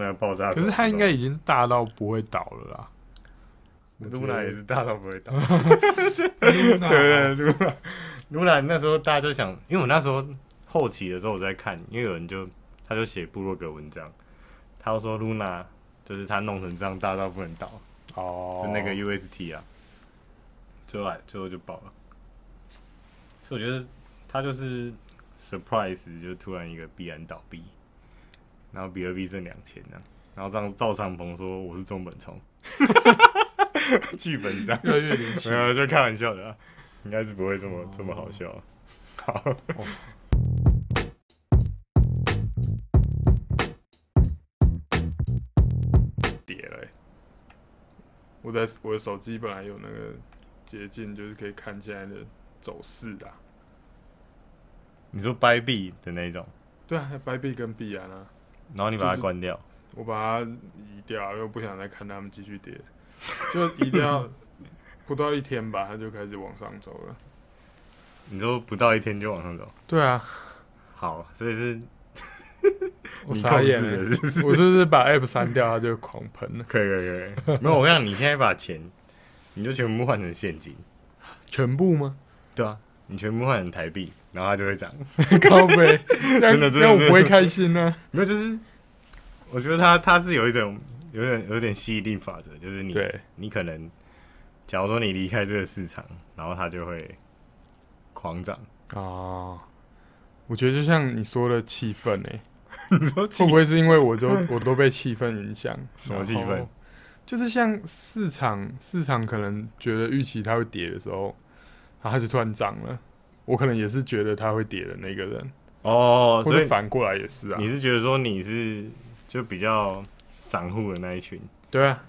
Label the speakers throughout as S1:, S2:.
S1: 那爆炸头
S2: 可
S1: 不
S2: 是
S1: 动，
S2: 它应该已经大到不会倒了啦。
S1: 露娜也是大到不会 倒，
S2: 对
S1: 对对，露娜，露娜那时候大家就想，因为我那时候后期的时候我在看，因为有人就他就写部落格文章，他就说露娜就是他弄成这样大到不能倒，
S2: 哦，
S1: 就那个 UST 啊，最后来最后就爆了。所以我觉得他就是 surprise，就突然一个必然倒闭，然后比特币剩两千呢，然后这样赵尚鹏说我是中本 聪，剧本这样，
S2: 越来越离奇
S1: 没。有就开玩笑的、啊，应该是不会这
S3: 哦
S1: 么、这么好笑、好，跌了欸、
S3: 我在我的手机本来有那个捷径，就是可以看现在的走势啊。
S1: 你说掰币的那一种，
S3: 对啊，白币跟币安啊，
S1: 然后你把
S3: 就
S1: 它
S3: 是
S1: 关掉，
S3: 我把它移掉啊，因为我不想再看他们继续跌，就移掉不到一天吧，它就开始往上走了。
S1: 你说不到一天就往上走，
S3: 对啊，
S1: 好，所以是
S3: 我
S1: 你
S3: 傻眼
S1: 控制
S3: 了
S1: 的，是不是
S3: 我是不是把 app 删掉，它就狂喷了，
S1: 可以可以可以，没有，我让你现在把钱，你就全部换成现金，
S3: 全部吗？
S1: 对啊，你全部换成台币，然后它就会涨。
S3: 靠背，这样
S1: 真的真的
S3: 这样我不
S1: 真
S3: 会
S1: 的
S3: 开心啊呢、
S1: 没有，就是我觉得它它是有一种有点有点吸引力法则，就是你
S3: 对，
S1: 你可能，假如说你离开这个市场，然后它就会狂涨。
S3: 哦，我觉得就像你说的气氛诶、
S1: 你说
S3: 会不会是因为我都我都被气氛影响？
S1: 什么
S3: 然后
S1: 气氛？
S3: 就是像市场市场可能觉得预期它会跌的时候，然后它就突然涨了。我可能也是觉得它会跌的那个人，
S1: 哦，
S3: 或
S1: 所
S3: 者
S1: 以
S3: 反过来也是啊
S1: 你。是觉得说你是就比较散户的那一群
S3: 对啊，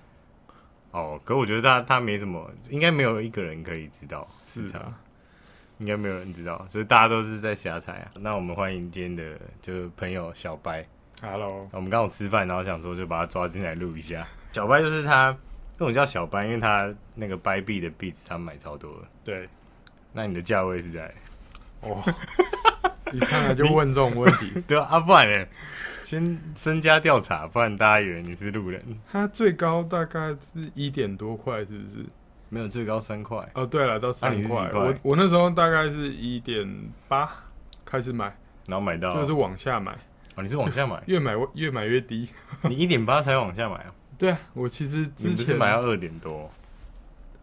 S1: 哦？可我觉得他他没什么，应该没有一个人可以知道市
S3: 是
S1: 场。
S3: 啊，
S1: 应该没有人知道，所以大家都是在瞎猜啊。那我们欢迎今天的就是朋友小白，
S3: Hello，
S1: 我们刚好吃饭，然后想说就把他抓进来录一下。小白就是他，那种叫小白，因为他那个掰币的币 e 他买超多了。
S3: 对，
S1: 那你的价位是在？
S3: 哦，一上来就问这种问 题，
S1: 对啊，啊不然呢？先身家调查，不然大家以为你是路人。
S3: 它最高大概是一点多块，是不是？
S1: 没有，最高三块。
S3: 哦，对了，到
S1: 啊你是
S3: 三
S1: 几
S3: 块、
S1: 块
S3: 我我那时候大概是一点八开始买，
S1: 然后买到，
S3: 就是往下买，
S1: 哦，你是往下买，
S3: 越买越买越低。
S1: 你一点八才往下买啊？
S3: 对啊，我其实
S1: 你
S3: 之
S1: 不是
S3: 前
S1: 买到二点多？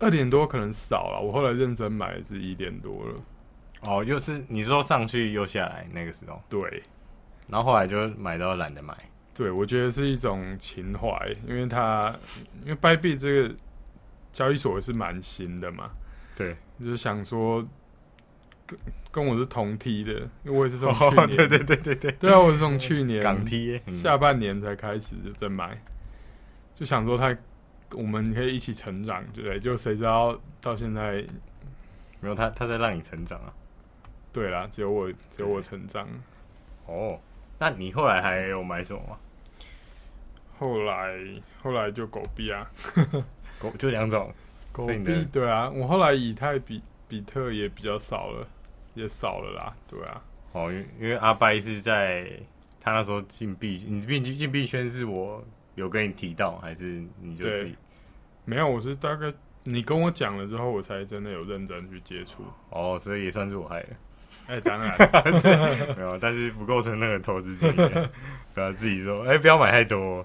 S3: 二点多可能少了，我后来认真买是一点多了。
S1: 哦，又是你说上去又下来那个时候，
S3: 对，
S1: 然后后来就买到懒得买。
S3: 对，我觉得是一种情怀，因为它因为 b 币这个交易所是蛮新的嘛，
S1: 对，
S3: 就是想说跟跟我是同梯的，因为我也是从去
S1: 哦，
S3: 年，
S1: 对对对对对，
S3: 对啊，我是从去年
S1: 港梯耶、嗯
S3: 下半年才开始就在买，就想说他我们可以一起成长，对不对？就谁知道到现在，
S1: 没有他，他在让你成长啊。
S3: 对啦，只有我只有我成长。
S1: 哦，那你后来还有买什么吗？
S3: 后来后来就狗币啊，
S1: 狗就两种，
S3: 狗
S1: 所以你的
S3: 币对啊，我后来以太比比特也比较少了，也少了啦，对啊，
S1: 哦，因为因为阿拜是在他那时候进币，你进币进币圈是我有跟你提到，还是你就自己？
S3: 没有，我是大概你跟我讲了之后，我才真的有认真去接触。
S1: 哦，所以也算是我害 的，
S3: 哎、当然，
S1: 没有，但是不构成任何投资建议，不要自己说，哎、不要买太多哦、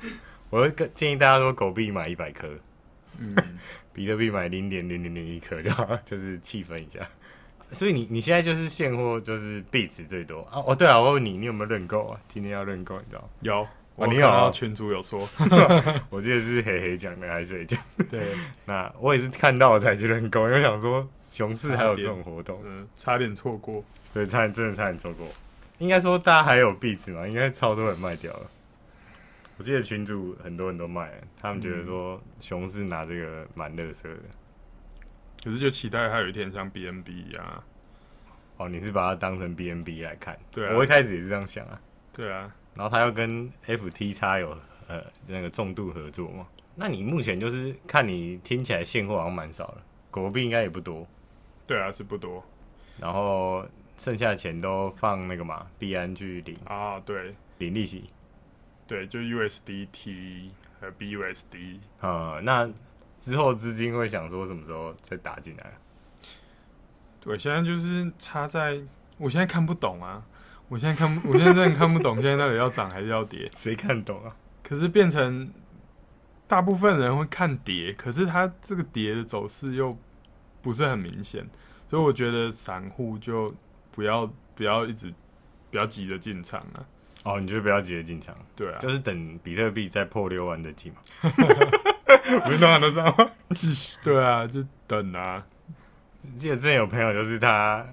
S1: 我会跟建议大家说，狗币买一百颗，
S3: 嗯，
S1: 比特币买零点零零零一颗，就好，就是气氛一下。所以你你现在就是现货就是币值最多啊！哦，对啊，我问你，你有没有认购啊？今天要认购，你知道吗？
S3: 有，我
S1: 你
S3: 看
S1: 有啊
S3: 到群主哦有说，
S1: 我记得是黑黑讲的还是谁讲？
S3: 对，
S1: 那我也是看到我才去认购，因为想说熊市还有这种活动，
S3: 嗯，差点错过。
S1: 所以差点真的差点错过。应该说大家还有币值嘛，应该超多人卖掉了。我记得群主很多人都卖了，他们觉
S3: 嗯
S1: 得说熊市拿这个蛮乐色的。
S3: 可是就期待它有一天像 BNB 一样啊，
S1: 哦，你是把它当成 BNB 来看？
S3: 对啊
S1: 我一开始也是这样想啊。
S3: 对啊，
S1: 然后他又跟 FT x 有呃那个重度合作嘛。那你目前就是看你听起来现货好像蛮少的，国币应该也不多，
S3: 对啊，是不多
S1: 然后剩下的钱都放那个嘛币安去领
S3: 啊，对
S1: 领利息。
S3: 对，就 USDT 和 BUSD，
S1: 呃，那之后资金会想说什么时候再打进来？
S3: 对，现在就是差在，我现在看不懂啊，我现在看不，我 现在真的看不懂，现在到底要涨还是要跌？
S1: 谁看懂啊？
S3: 可是变成大部分人会看跌，可是它这个跌的走势又不是很明显，所以我觉得散户就不要不要一直不要急着进场啊，
S1: 哦，你就不要急着进场，
S3: 对啊，
S1: 就是等比特币再破六万再进嘛。
S3: 不是通常都这样吗？继续对啊，就等啊，
S1: 记得之前有朋友就是他，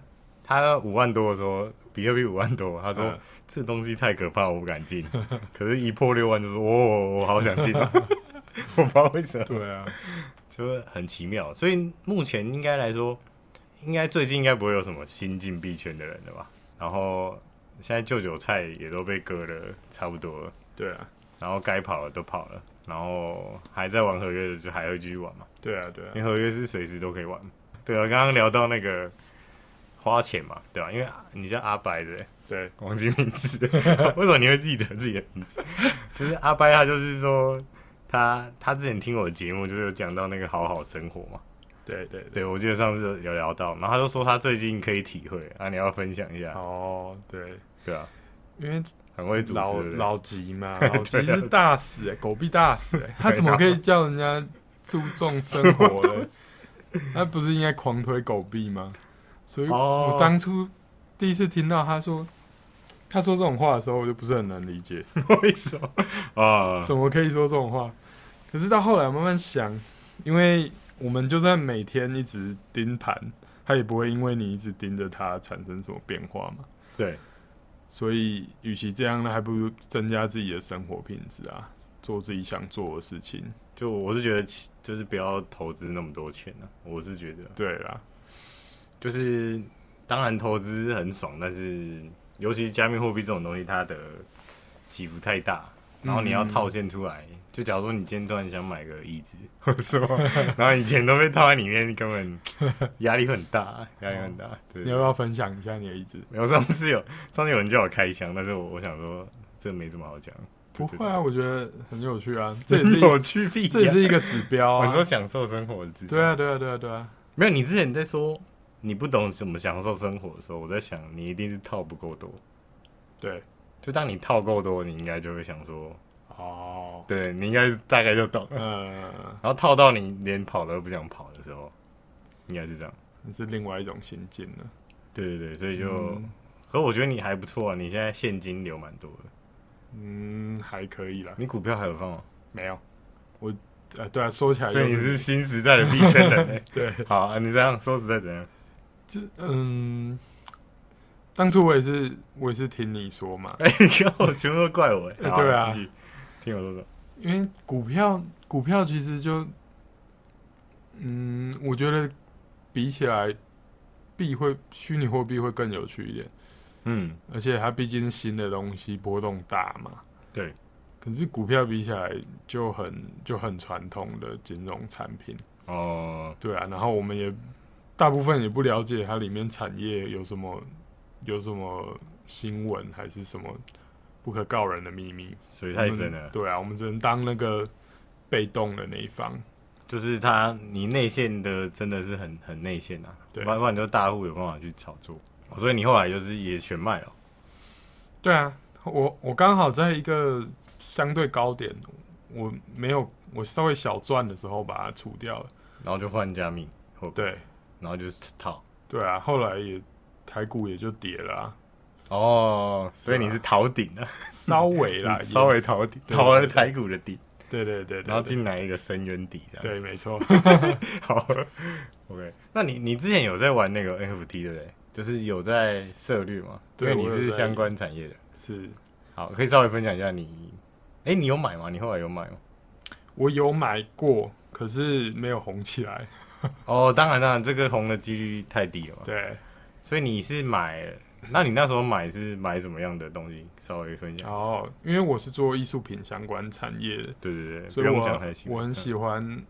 S1: 他五万多的时候，比特币五万多，他
S3: 他
S1: 说、这东西太可怕，我不敢进。 可是，一破六万就说，哦，我好想进啊， 我不知道为什么，
S3: 对啊，
S1: 就是很奇妙。所以目前应该来说，应该最近应该不会有什么新进币圈的人了吧？然后现在旧韭菜也都被割了差不多了，
S3: 对啊，
S1: 然后该跑的都跑了，然后还在玩合约的就还会继续玩嘛。
S3: 对啊，对啊
S1: 因为，合约是随时都可以玩。对啊，刚刚聊到那个花钱嘛，对吧、因为你叫阿白的
S3: 对，
S1: 王金名字， 为什么你会记得自己的名字？ 就是阿白，他就是说他他之前听我的节目，就是有讲到那个好好生活嘛。
S3: 对对对，
S1: 对，我记得上次有聊到，然后他就说他最近可以体会啊，你要分享一下，
S3: 哦，对，
S1: 对啊，
S3: 因为
S1: 很会主
S3: 老
S1: 持
S3: 老吉 嘛，老吉
S1: 对啊
S3: 是大使、欸，狗屁大使、欸，他怎么可以叫人家注重生活 呢？他不是应该狂推狗屁吗？所以
S1: 哦
S3: 我当初第一次听到他说他说这种话的时候，我就不是很能理解，
S1: 为什么 啊？
S3: 怎么可以说这种话？可是到后来慢慢想，因为我们就算每天一直盯盘，他也不会因为你一直盯着它产生什么变化嘛。
S1: 对，
S3: 所以，与其这样呢，还不如增加自己的生活品质啊，做自己想做的事情。
S1: 就我是觉得其就是不要投资那么多钱啊，我是觉得
S3: 对啦，
S1: 就是当然投资很爽，但是尤其加密货币这种东西，它的起伏太大，然后你要套现出来。就假如说你今天突然想买个椅 子，或者说，然后你钱都被套在里面，根本压力会很大，压力会很大。对，
S3: 你要不要分享一下你的意志？
S1: 没有上次有上次有人叫我开箱，但是我我想说这没什么好讲，
S3: 不
S1: 就
S3: 会啊，我觉得很有啊趣 啊，这也
S1: 这种
S3: 是 一
S1: 有趣屁、
S3: 这也
S1: 呀
S3: 是一个指标
S1: 我说
S3: 啊。
S1: 享受生活的自己。
S3: 对啊，对啊，对啊，对啊，
S1: 没有，你之前在说你不懂怎么享受生活的时候，我在想你一定是套不够多。
S3: 对。
S1: 就当你套够多，你应该就会想说，
S3: 哦，
S1: 对你应该大概就懂 了。
S3: 呃，
S1: 然后套到你连跑都不想跑的时候，应该是这样。
S3: 那是另外一种心境了。
S1: 对对对，所以就，
S3: 嗯
S1: 可我觉得你还不错啊，你现在现金流蛮多的。
S3: 嗯，还可以啦，
S1: 你股票还有放吗？
S3: 没有。我呃，对啊，说起来、
S1: 所
S3: 就
S1: 以你是新时代的币圈人、 欸。
S3: 对，
S1: 好啊，你这样说实在怎样？
S3: 就嗯，当初我也是，我也是听你说嘛，
S1: 哎、你看我全部都怪我、欸。
S3: 哎
S1: 好
S3: 对啊
S1: 继续听我说说。
S3: 因为股票股票其实就，嗯，我觉得比起来币会虚拟货币会更有趣一点，
S1: 嗯，
S3: 而且它毕竟是新的东西，波动大嘛。
S1: 对。
S3: 可是股票比起来就很就很传统的金融产品，
S1: 哦，
S3: 对啊。然后我们也大部分也不了解它里面产业有什么有什么新闻还是什么不可告人的秘密。
S1: 水太深
S3: 我
S1: 了
S3: 们，对啊，我们只能当那个被动的那一方。
S1: 就是他你内线的真的是很很内线啊，
S3: 对
S1: 不然不然就大户有办法去炒作。哦所以你后来就是也全卖了。
S3: 对啊，我我刚好在一个相对高点，我没有我稍微小赚的时候把它除掉了。
S1: 然后就换加密，后，
S3: 对
S1: 然后就是套。
S3: 对啊，后来也台股也就跌了、啊，
S1: 哦，所以你是逃顶的，
S3: 稍微啦，
S1: 你
S3: 也
S1: 稍微逃顶，
S3: 对
S1: 逃了台股的底，
S3: 对对对对，
S1: 然后
S3: 对
S1: 进来一个深渊底的。，
S3: 对，没错，
S1: 好，OK。那你你之前有在玩那个 NFT 对不对？就是有在涉猎吗？
S3: 对
S1: 因为你
S3: 我有
S1: 是
S3: 在
S1: 相关产业的。
S3: 是
S1: 好，可以稍微分享一下你，哎，你有买吗？你后来有买吗？
S3: 我有买过，可是没有红起来。
S1: 哦，当然当然，这个红的几率太低了嘛。
S3: 对，
S1: 所以你是买，那你那时候买是买什么样的东西？稍微分享
S3: 然
S1: 一下。
S3: 后因为我是做艺术品相关产业的，
S1: 对对对，
S3: 所
S1: 不
S3: 以
S1: 用
S3: 我
S1: 讲太细。嗯
S3: 我很喜欢，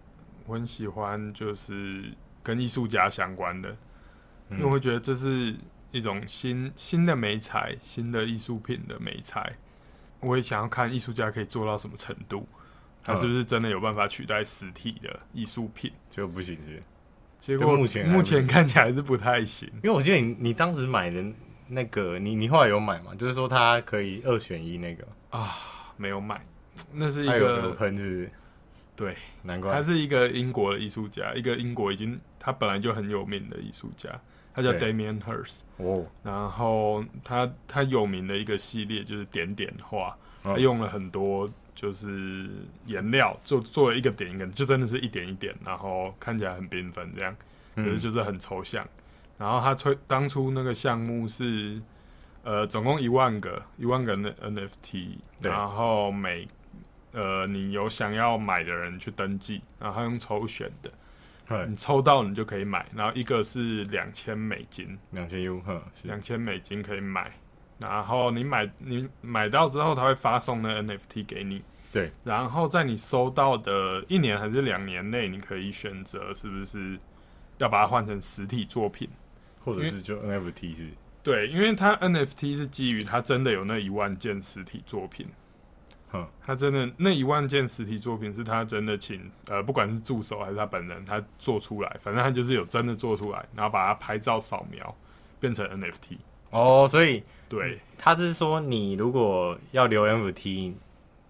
S3: 我很喜欢就是跟艺术家相关的，因
S1: 嗯，
S3: 为我会觉得这是一种新新的美材，新的艺术品的美材，我也想要看艺术家可以做到什么程度，
S1: 嗯
S3: 他是不是真的有办法取代实体的艺术品？
S1: 就不行是不是
S3: 结果
S1: 目前还
S3: 目
S1: 不
S3: 前
S1: 行
S3: 看起来是不太行。
S1: 因为我记得你你当时买的那个，你你后来有买嘛？就是说它可以二选一那个，
S3: 没有买，那是一
S1: 它有有
S3: 个
S1: 喷是不是
S3: 对，
S1: 难怪
S3: 他是一个英国的艺术家，一个英国已经他本来就很有名的艺术家，他叫
S1: 对
S3: Damien Hirst。
S1: 哦，
S3: 然后他他有名的一个系列就是点点画，
S1: 嗯
S3: 他用了很多就是颜料做做了一个点一个，就真的是一点一点，然后看起来很缤纷这样，可是
S1: 嗯，
S3: 就是很抽象。然后他推当初那个项目是呃总共一万个一万个 N- NFT，
S1: 对
S3: 然后每呃你有想要买的人去登记，然后他用抽选的，
S1: 嗯
S3: 你抽到你就可以买，然后一个是两千美金。
S1: 两千 U，哼，是
S3: 两千美金可以买，然后你买你买到之后，他会发送那 NFT 给你。
S1: 对，
S3: 然后在你收到的一年还是两年内，你可以选择是不是要把它换成实体作品。
S1: 或者是就 NFT 是不是
S3: 对，因为它 NFT 是基于它真的有那一万件实体作品。
S1: 哼，
S3: 他真的那一万件实体作品是他真的请呃，不管是助手还是他本人，他做出来，反正他就是有真的做出来，然后把它拍照扫描变成 NFT。
S1: 哦，所以
S3: 对，
S1: 他是说你如果要留 NFT，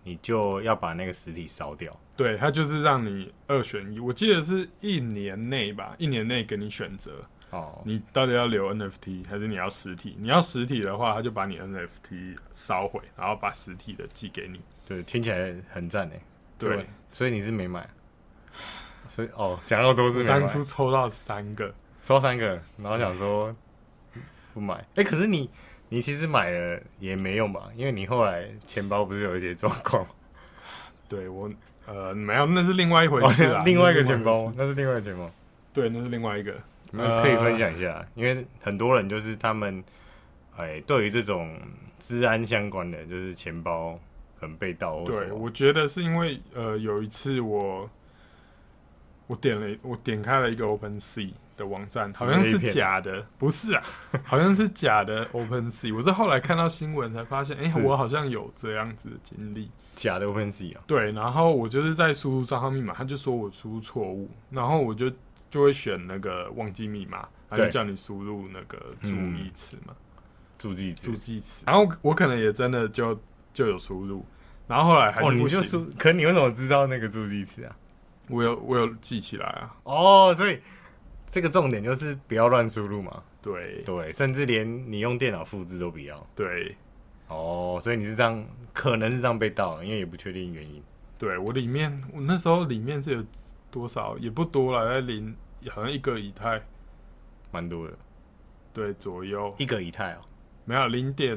S1: 你就要把那个实体烧掉。
S3: 对，它就是让你二选一。我记得是一年内吧，一年内给你选择，
S1: 哦，
S3: 你到底要留 NFT 还是你要实体？你要实体的话，他就把你 NFT 烧毁，然后把实体的寄给你。
S1: 对，听起来很赞欸诶。
S3: 对，，
S1: 所以你是没买，所以哦，想要都是没买
S3: 当。初抽到三个，
S1: 收三个，然后想说不买。哎、可是你你其实买了也没用吧？因为你后来钱包不是有一些状况吗，
S3: 对我呃没有，那是另外一 回
S1: 哦
S3: 事啦，
S1: 另外一个
S3: 那是呃
S1: 钱包
S3: 回
S1: 吗
S3: 事，
S1: 那是另外一个钱包。
S3: 对，那是另外一个。
S1: 那可以分享一下，因为很多人就是他们，哎，对于这种治安相关的，就是钱包很被盗或什
S3: 对，
S1: 么，
S3: 我觉得是因为呃有一次我我点了我点开了一个 Open Sea 的网站，好像
S1: 被
S3: 是
S1: 骗
S3: 假的，不是啊，好像是假的 Open Sea。我是后来看到新闻才发现，哎、
S1: 是
S3: 我好像有这样子的经历。
S1: 假的 OpenSea 啊，
S3: 对，然后我就是在输入账号密码，他就说我输入错误，然后我就就会选那个忘记密码，他就
S1: 对
S3: 叫你输入那个注
S1: 嗯
S3: 意词嘛。
S1: 助记者
S3: 助。记词，然后我可能也真的就就有输入，然后后来还
S1: 哦，
S3: 是
S1: 你
S3: 不行，
S1: 就说，可你为什么知道那个助记词啊？
S3: 我有我有记起来啊，
S1: 哦，所以这个重点就是不要乱输入嘛，
S3: 对
S1: 对，甚至连你用电脑复制都不要。
S3: 对
S1: 哦，所以你是这样，可能是这样被盗了，因为也不确定原因。
S3: 对，我里面我那时候里面是有多少也不多了，在零好像一个以太
S1: 蛮多的，
S3: 对左右，
S1: 一个以太哦，
S3: 没有零点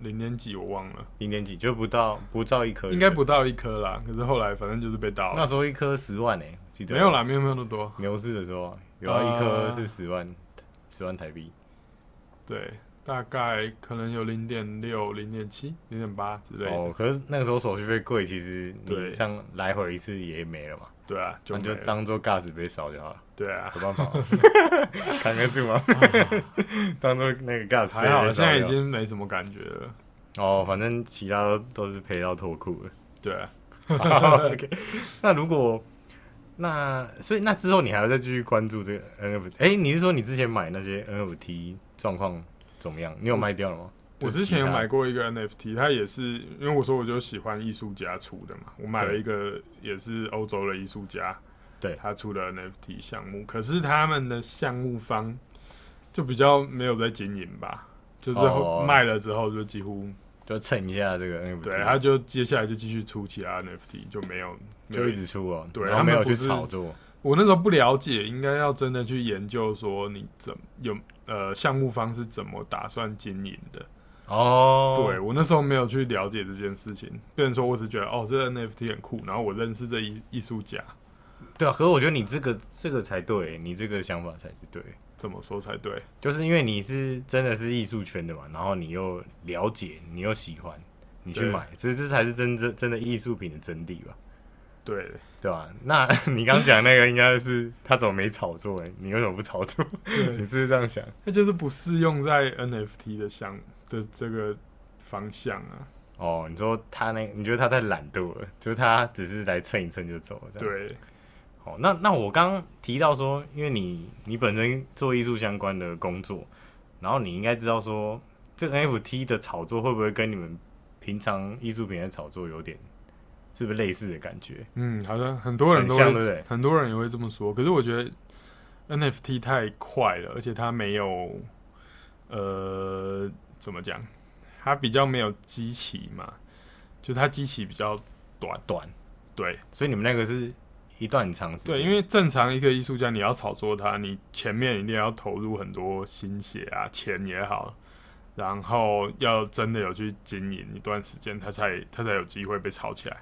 S3: 零点几我忘了，
S1: 零点几就不到不到一颗，
S3: 应该不到一颗啦。可是后来反正就是被盗
S1: 那
S3: 了，
S1: 时候一颗十万呢、我记得
S3: 没有啦，没有没有那么多，
S1: 牛市的时候啊，有啊，一颗是十万，
S3: 啊
S1: 十、万台币。
S3: 对，大概可能有零点六、零点七、零点八之类的，
S1: 哦，可是那个时候手续费贵，其实
S3: 对
S1: 你这样来回一次也没了嘛，
S3: 对啊，就
S1: 那
S3: 没
S1: 就
S3: 了
S1: 当做 gas 被烧就好了，
S3: 对啊，
S1: 有办 法吗，扛得住吗？当做那个 gas
S3: 还好
S1: 被烧
S3: 现在已
S1: 掉
S3: 经没什么感觉了，
S1: 哦，反正其他都都是赔到脱 裤了。
S3: 对啊，
S1: OK，那如果那所以那之后你还要再继续关注这个 NFT？哎、你是说你之前买那些 NFT 状况怎么样？你有卖掉了吗？
S3: 我
S1: 就
S3: 之前
S1: 其
S3: 有
S1: 他
S3: 买过一个 NFT，它也是因为我说我就喜欢艺术家出的嘛，我买了
S1: 对
S3: 一个也是欧洲的艺术家，
S1: 对
S3: 他出的 NFT 项目，可是他们的项目方就比较没有在经营吧，就是后
S1: 哦
S3: 卖了之后就几乎、
S1: 就蹭一下这个 NFT，
S3: 对，他就接下来就继续出其他 NFT，就没有没
S1: 就
S3: 有
S1: 一。直出哦，
S3: 对
S1: 然后没有
S3: 他们
S1: 去
S3: 不是
S1: 炒作，
S3: 我那时候不了解，应该要真的去研究说你怎有呃项目方是怎么打算经营的。
S1: 哦，
S3: 对，我那时候没有去了解这件事情，变成说我只觉得哦，这个 NFT 很酷，然后我认识这艺艺术家，
S1: 对啊，可是我觉得你这个这个才对，你这个想法才是对，
S3: 怎么说才对？
S1: 就是因为你是真的是艺术圈的嘛，然后你又了解，你又喜欢，你去
S3: 对
S1: 买，所以这才是真真真的艺术品的真谛吧。
S3: 对，
S1: 对吧、那 你刚讲那个应该是他怎么没炒作、欸？你为什么不炒作？ 你是不
S3: 对，
S1: 是这样想？
S3: 那就是不适用在 NFT 的项的这个方向啊。
S1: 哦，你说他那，你觉得他太懒惰了，就是他只是来蹭一蹭就走了，这样。
S3: 对，
S1: 好，那那我刚刚提到说，因为你你本身做艺术相关的工作，然后你应该知道说，这个 NFT 的炒作会不会跟你们平常艺术品的炒作有点，是不是类似的感觉？
S3: 嗯，好像很多人都会，
S1: 很像对不对
S3: 很多人也会这么说。可是我觉得 NFT 太快了，而且它没有，呃，怎么讲？它比较没有基期嘛，就它基期比较短。
S1: 短，
S3: 对
S1: 所以你们那个是一段很长时间。
S3: 对，因为正常一个艺术家，你要炒作他，你前面一定要投入很多心血啊，钱也好，然后要真的有去经营一段时间，他才他才有机会被炒起来。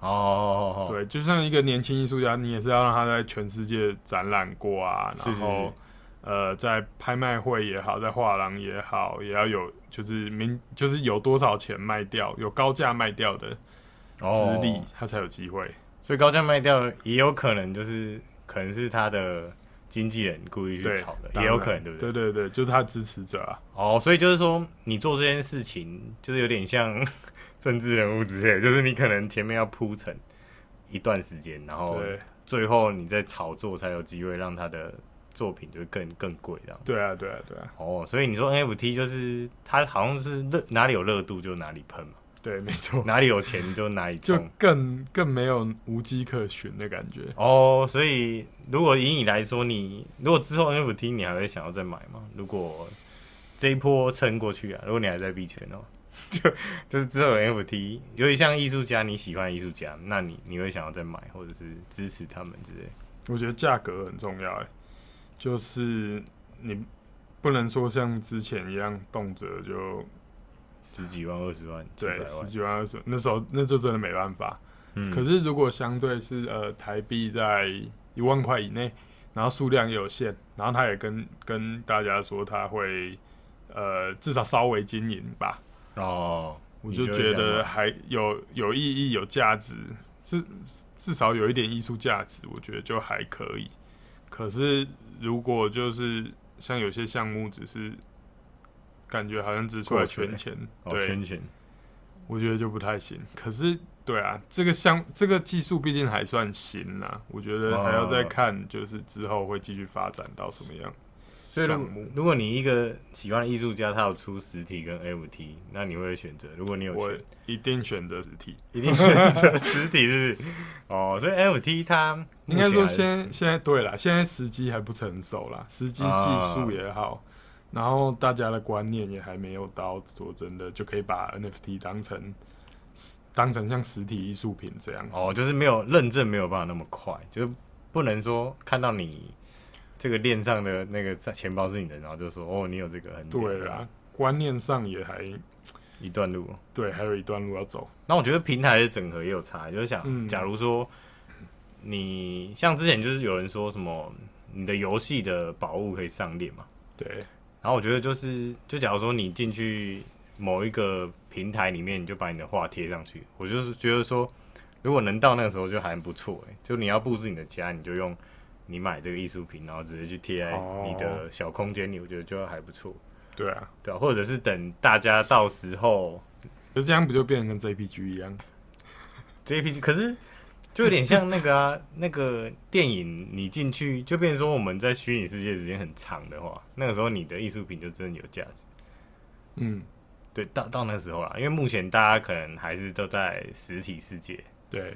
S1: 哦哦哦哦，
S3: 对，就像一个年轻艺术家，你也是要让他在全世界展览过啊，
S1: 是
S3: 然
S1: 是
S3: 后呃，在拍卖会也好，在画廊也好，也要有就是明就是有多少钱卖掉，有高价卖掉的
S1: 哦
S3: 资历，他才有机会。
S1: 所以高价卖掉也有可能就是可能是他的经纪人故意去
S3: 对
S1: 炒的，，
S3: 当
S1: 也有
S3: 然
S1: 可能，对不对？
S3: 对对对，就是他支持者啊，
S1: 哦，所以就是说，你做这件事情，就是有点像 政治人物之类的，就是你可能前面要铺陈一段时间，然后
S3: 对
S1: 最后你再炒作，才有机会让他的作品就更更贵这样。
S3: 对啊对啊对啊，
S1: 哦，所以你说 NFT 就是它好像是热哪里有热度就哪里喷嘛，
S3: 对，没 错，
S1: 哪里有钱就哪里
S3: 就
S1: 冲。
S3: 更更没有无迹可寻的感觉。
S1: 哦，所以如果以你来说，你如果之后 NFT 你还会想要再买吗？如果这一波撑过去啊，如果你还在币圈哦， 就就是之后有 NFT，尤其像艺术家，你喜欢艺术家，那你你会想要再买，或者是支持他们之类。
S3: 我觉得价格很重要，哎，就是你不能说像之前一样动辄就
S1: 十几万、二十万、几百
S3: 对十
S1: 万，
S3: 几万二十，那时候那就真的没办法。
S1: 嗯，
S3: 可是如果相对是呃台币在一万块以内，然后数量也有限，然后他也跟跟大家说他会呃至少稍微经营吧，
S1: 哦，
S3: 我
S1: 你
S3: 就
S1: 就会想
S3: 觉
S1: 买
S3: 得还有有意义、有价值，至至少有一点艺术价值，我觉得就还可以。可是如果就是像有些项目，只是感觉好像只是出来
S1: 过水
S3: 圈钱，
S1: 哦，
S3: 对，
S1: 圈圈，
S3: 我觉得就不太行。可是对啊，这个项这个技术毕竟还算新啦，我觉得还要再
S1: 哦
S3: 看，就是之后会继续发展到什么样。
S1: 所以如
S3: 项目
S1: 如果你一个喜欢的艺术家，他有出实体跟 NFT，那你会选择？如果你有
S3: 我
S1: 钱，
S3: 一定选择实体。
S1: 一定选择实体是不是？哦，所以 NFT 它目
S3: 应该
S1: 前
S3: 说
S1: 还是
S3: 现现在对啦，现在时机还不成熟啦，时机技术也好，然后大家的观念也还没有到，说真的就可以把 NFT 当成当成像实体艺术品这样。
S1: 哦，就是没有认证没有办法那么快，就是不能说看到你这个链上的那个钱包是你的，然后就说哦你有这个很屌
S3: 对啊啦，，观念上也还
S1: 一段路。
S3: 对，还有一段路要走。
S1: 那我觉得平台的整合也有差，就是想，
S3: 嗯
S1: 假如说你像之前就是有人说什么你的游戏的宝物可以上链嘛，
S3: 对，
S1: 然后我觉得就是，就假如说你进去某一个平台里面，你就把你的画贴上去，我就是觉得说，如果能到那个时候就还不错哎、就你要布置你的家，你就用你买这个艺术品，然后直接去贴在
S3: 哦
S1: 你的小空间里，我觉得就还不错，
S3: 对啊，
S1: 对啊？或者是等大家到时候
S3: 可是这样不就变成跟 JPG 一样？
S1: JPG，可是就有点像那个啊，那个电影你进去就变成说我们在虚拟世界时间很长的话，那个时候你的艺术品就真的有价值。
S3: 嗯，
S1: 对，到到那时候啦，因为目前大家可能还是都在实体世界，
S3: 对，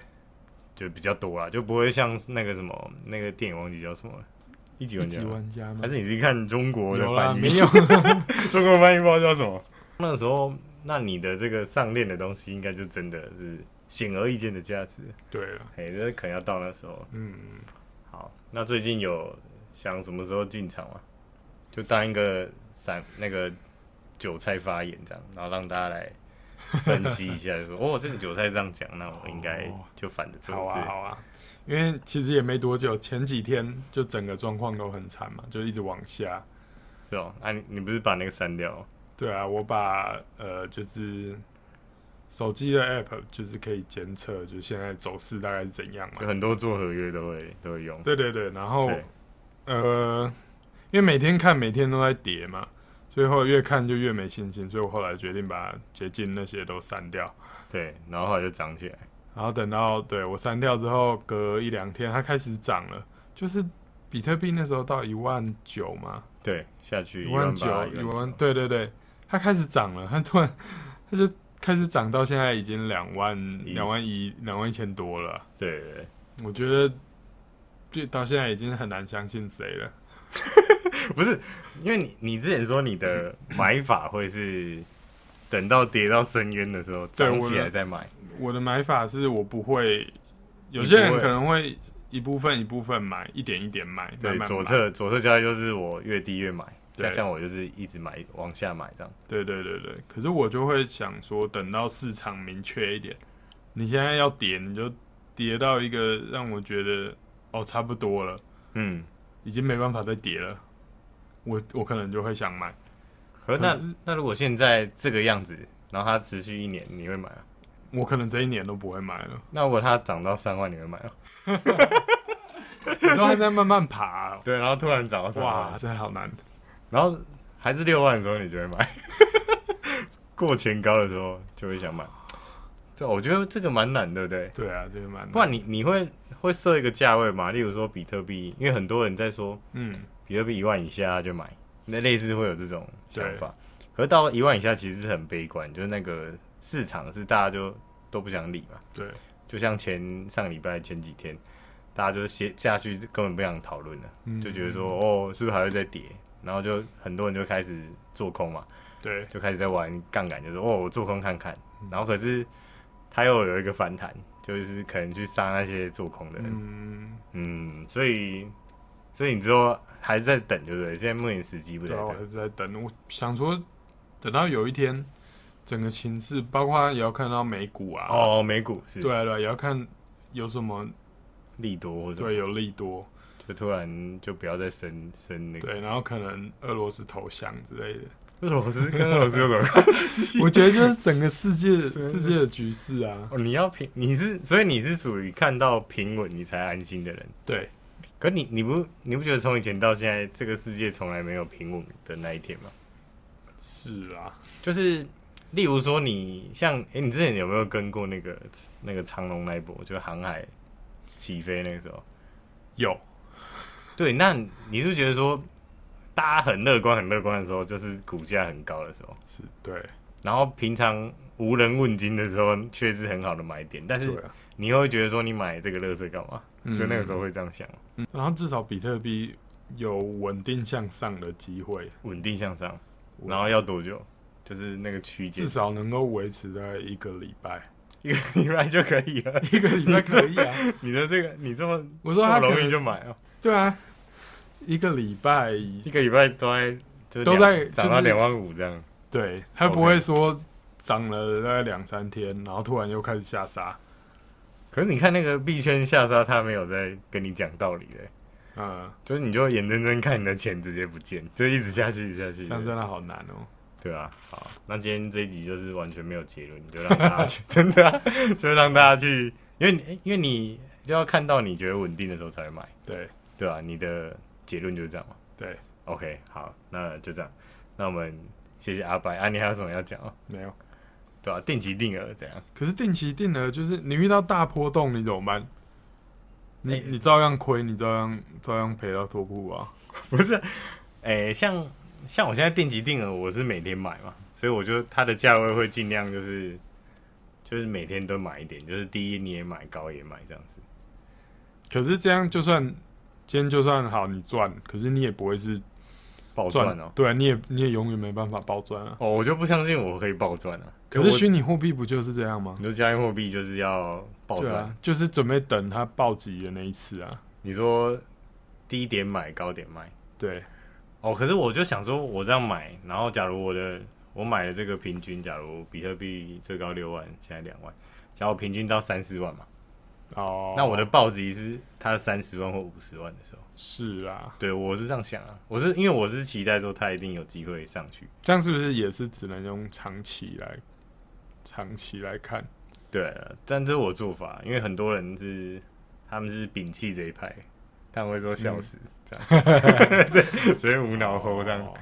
S1: 就比较多啦，就不会像那个什么那个电影忘记叫什么了，一级
S3: 一
S1: 玩家
S3: 级
S1: 吗，
S3: 玩家吗
S1: 还？是你是看中国的
S3: 有啦，
S1: 翻译？
S3: 没 有，
S1: 中国翻译不知道叫什么。那时候，那你的这个上链的东西，应该就真的是显而易见的价值。
S3: 对了，
S1: 哎，这可能要到那时候。
S3: 嗯，
S1: 好，那最近有想什么时候进场吗？就当一个散那个韭菜发言这样，然后让大家来分析一下，就 说哦，这个韭菜这样讲，那我应该就反着做
S3: 哦好
S1: 之类
S3: 啊，
S1: 的。
S3: 好啊，因为其实也没多久，前几天就整个状况都很惨嘛，就一直往下。
S1: 是哦，啊，你你不是把那个删掉哦？
S3: 对啊，我把呃就是手机的 app 就是可以监测，就是现在走势大概是怎样
S1: 就
S3: 嘛。
S1: 很多做合约都会都会用。
S3: 对对对，然后
S1: 对
S3: 呃，因为每天看每天都在跌嘛，所以后来越看就越没信心，所以我后来决定把捷径那些都删掉。
S1: 对，然后后来就涨起来，
S3: 然后等到对我删掉之后，隔一两天它开始涨了，就是比特币那时候到一万九嘛，
S1: 对，下去
S3: 一
S1: 一
S3: 万
S1: 万
S3: 九
S1: 八，
S3: 一万，
S1: 万，
S3: 对对对，它开始涨了，它突然它就开始涨到现在已经两万
S1: 一
S3: 两万一两万一千多了，
S1: 对对对，
S3: 我觉得就到现在已经很难相信谁了。
S1: 不是，因为你你之前说你的 买法会是等到跌到深渊的时候
S3: 对
S1: 涨
S3: 我
S1: 起
S3: 的
S1: 来再买，
S3: 我的买法是我不会，有
S1: 你
S3: 些
S1: 不
S3: 人
S1: 会
S3: 可能会一部分一部分买，一点一点买，慢
S1: 对，
S3: 慢
S1: 左
S3: 买，
S1: 侧左侧交易就是我越低越买，
S3: 对
S1: 像像我就是一直买往下买这样，
S3: 对对对对。可是我就会想说，等到市场明确一点，你现在要跌，你就跌到一个让我觉得哦差不多了，
S1: 嗯，
S3: 已经没办法再跌了，我我可能就会想买。
S1: 可是那
S3: 可是
S1: 那如果现在这个样子，然后它持续一年，你会买啊？
S3: 我可能这一年都不会买了，
S1: 那如果它涨到三万，你会买啊？
S3: 你知道它在慢慢爬、
S1: ，
S3: 哦
S1: 对，然后突然涨到三
S3: 哇，
S1: 万，
S3: 真的好难。
S1: 然后还是六万的时候，你就会买。 过前高的时候就会想买。这我觉得这个蛮难，对不对？
S3: 对啊，这个蛮难。
S1: 不然你你会会设一个价位嘛？例如说比特币，因为很多人在说
S3: 嗯，
S1: 比特币一万以下就买，那类似会有这种想法。可是到一万以下其实是很悲观，就是那个市场是大家就都不想理嘛。
S3: 对，
S1: 就像前上礼拜前几天，大家就歇下去，根本不想讨论了，
S3: 嗯
S1: 就觉得说哦，是不是还会再跌？然后就很多人就开始做空嘛，
S3: 对
S1: 就开始在玩杠杆，就说哦，我做空看看。
S3: 嗯
S1: 然后可是他又有一个反弹，就是可能去杀那些做空的人。
S3: 嗯。
S1: 嗯，所以所以你之后还是在等，对不对？现在目前时机不太
S3: 对啊，我
S1: 对
S3: 还。是在等。我想说，等到有一天，整个形势，包括也要看到美股啊，，
S1: 哦，美股是
S3: 对啊对啊，也要看有什么
S1: 利多或者
S3: 对有利多，
S1: 就突然就不要再升升那个。
S3: 对，然后可能俄罗斯投降之类的。
S1: 俄罗斯跟俄罗斯有什么关系？
S3: 我觉得就是整个世界
S1: 是
S3: 世界的局势 啊，
S1: 哦，你要平，你是所以你是属于看到平稳你才安心的人。
S3: 对，
S1: 可你你不你不觉得从以前到现在，这个世界从来没有平稳的那一天吗？
S3: 是啊，
S1: 就是例如说你，像诶，你之前有没有跟过那个那个长龙那一波，就航海起飞那个时候？
S3: 有，
S1: 对，那你是不是觉得说，大家很乐观很乐观的时候，就是股价很高的时候，
S3: 是对，
S1: 然后平常无人问津的时候，却是很好的买点，但
S3: 对
S1: 是
S3: 啊。
S1: 你又会觉得说，你买这个乐色干嘛？
S3: 嗯
S1: 就那个时候会嗯这样想。
S3: 然后至少比特币有稳定向上的机会，
S1: 稳定向上，
S3: 我
S1: 然后要多久？就是那个区间
S3: 至，少能够维持大概一个礼 拜，
S1: 一个礼拜就可以了。
S3: 一个礼拜可以啊。
S1: 你的这个，你这么
S3: 我
S1: 这
S3: 说
S1: 么
S3: 他可
S1: 容
S3: 能
S1: 易就买啊？
S3: 对啊，一个礼拜
S1: 一个礼拜都在就
S3: 都
S1: 两
S3: 在
S1: 涨
S3: 就
S1: 到
S3: 是
S1: 两万五这样。
S3: 对，他不会说涨了大概两三天，然后突然又开始下杀。
S1: 可是你看那个币圈下杀，他没有在跟你讲道理的，
S3: 嗯，
S1: 就是你就眼睁睁看你的钱直接不见，就一直下去，一直下去
S3: 这。样真的好难哦、
S1: 对啊，好，那今天这一集就是完全没有结论，就让大家去， 真的啊、就让大家去，因为你因为你就要看到你觉得稳定的时候才会买。
S3: 对，
S1: 对啊，你的结论就是这样嘛。
S3: 对
S1: ，OK，好，那就这样。那我们谢谢阿白啊，你还有什么要讲啊？
S3: 没有。
S1: 对啊，定期定额怎样？
S3: 可是定期定额就是你遇到大波动，你怎么办？你、
S1: 哎
S3: 你照样亏，你照样照样赔到脱裤啊！
S1: 不是，哎、像像我现在定期定额，我是每天买嘛，所以我就它的价位会尽量就是就是每天都买一点，就是低你也买，高也买这样子。
S3: 可是这样就算今天就算好你赚，可是你也不会是
S1: 暴
S3: 赚
S1: 赚哦！
S3: 对啊，你也你也永远没办法暴赚啊。
S1: 哦，我就不相信我可以暴赚啊！
S3: 可是虚拟货币不就是这样吗
S1: 你？说加密货币就是要暴
S3: 对
S1: 赚，
S3: 啊，就是准备等它暴击的那一次啊。
S1: 你说低点买，高点卖。
S3: 对，
S1: 哦，可是我就想说，我这样买，然后假如我的我买的这个平均，假如比特币最高六万，现在两万，假如我平均到三四万嘛，
S3: 哦，
S1: 那我的暴击是它三十万或五十万的时候，
S3: 是啦，
S1: 对我是这样想啊，我是因为我是期待说它一定有机会上去，
S3: 这样是不是也是只能用长期来长期来看？
S1: 对，啊但这是我做法，因为很多人是他们是摒 弃这一派，他们会说笑死、这样，对，所以无脑猴这样，
S3: 嗯哦